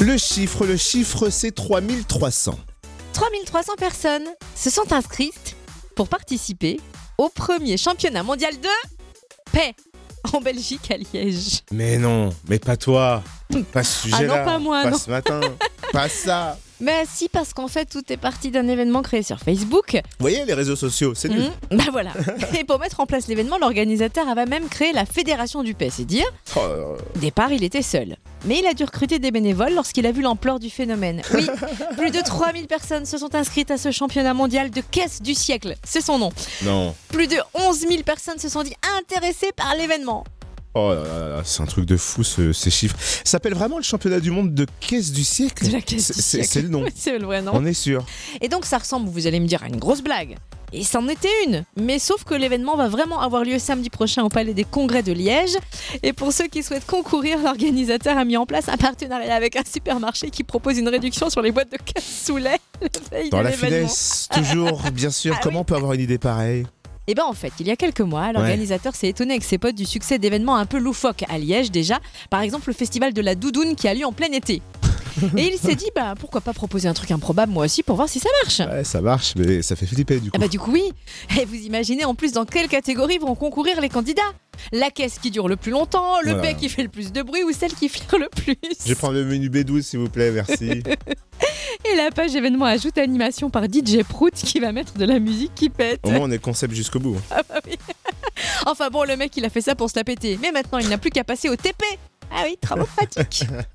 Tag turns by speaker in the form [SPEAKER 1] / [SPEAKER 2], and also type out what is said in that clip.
[SPEAKER 1] Le chiffre, le chiffre, c'est 3300.
[SPEAKER 2] 3300 personnes se sont inscrites pour participer au premier championnat mondial de paix en Belgique à Liège.
[SPEAKER 1] Mais non, mais pas toi. Pas ce
[SPEAKER 2] Ah
[SPEAKER 1] sujet-là.
[SPEAKER 2] non, pas moi, non.
[SPEAKER 1] ce matin. pas ça.
[SPEAKER 2] Mais Bah, si, parce qu'en fait, tout est parti d'un événement créé sur Facebook.
[SPEAKER 1] Vous voyez les réseaux sociaux, c'est nul.
[SPEAKER 2] Hmm, bah voilà. Et pour mettre en place l'événement, l'organisateur avait même créé la Fédération du paix, c'est dire.
[SPEAKER 1] Oh, euh,
[SPEAKER 2] Au départ, il était seul. Mais il a dû recruter des bénévoles lorsqu'il a vu l'ampleur du phénomène. Oui, plus de 3000 personnes se sont inscrites à ce championnat mondial de caisse du siècle. C'est son nom.
[SPEAKER 1] non.
[SPEAKER 2] Plus de 11 000 personnes se sont dit intéressées par l'événement.
[SPEAKER 1] Oh là là là, c'est un truc de fou ce- ces chiffres. Ça s'appelle vraiment le championnat du monde de caisse du siècle
[SPEAKER 2] De la caisse
[SPEAKER 1] C'est-
[SPEAKER 2] du
[SPEAKER 1] c'est-
[SPEAKER 2] siècle.
[SPEAKER 1] C'est le nom.
[SPEAKER 2] Oui, C'est le vrai nom.
[SPEAKER 1] On est sûr.
[SPEAKER 2] Et donc ça ressemble, vous allez me dire, à une grosse blague. Et c'en était une. Mais sauf que l'événement va vraiment avoir lieu samedi prochain au Palais des Congrès de Liège. Et pour ceux qui souhaitent concourir, l'organisateur a mis en place un partenariat avec un supermarché qui propose une réduction sur les boîtes de casse sous lait. le veille
[SPEAKER 1] Dans
[SPEAKER 2] de
[SPEAKER 1] la
[SPEAKER 2] l'événement.
[SPEAKER 1] finesse, toujours, bien sûr.
[SPEAKER 2] Ah
[SPEAKER 1] Comment on peut avoir une idée pareille
[SPEAKER 2] Et ben en fait, il y a quelques mois, l'organisateur s'est étonné avec ses potes du succès d'événements un peu loufoques à Liège déjà. Par exemple, le festival de la doudoune qui a lieu en plein été. Et il s'est dit, bah pourquoi pas proposer un truc improbable moi aussi pour voir si ça marche.
[SPEAKER 1] Ouais, ça marche, mais ça fait flipper du coup.
[SPEAKER 2] Ah bah du coup oui Et vous imaginez en plus dans quelle catégorie vont concourir les candidats La caisse qui dure le plus longtemps, le
[SPEAKER 1] Voilà.
[SPEAKER 2] bec qui fait le plus de bruit ou celle qui flaire le plus
[SPEAKER 1] Je vais prendre le menu B12 s'il vous plaît, merci.
[SPEAKER 2] Et la page événement ajoute animation par DJ Prout qui va mettre de la musique qui pète.
[SPEAKER 1] Au moins on est concept jusqu'au bout.
[SPEAKER 2] Enfin bon, le mec il a fait ça pour se la péter, mais maintenant il n'a plus qu'à passer au TP Ah oui, travaux pratiques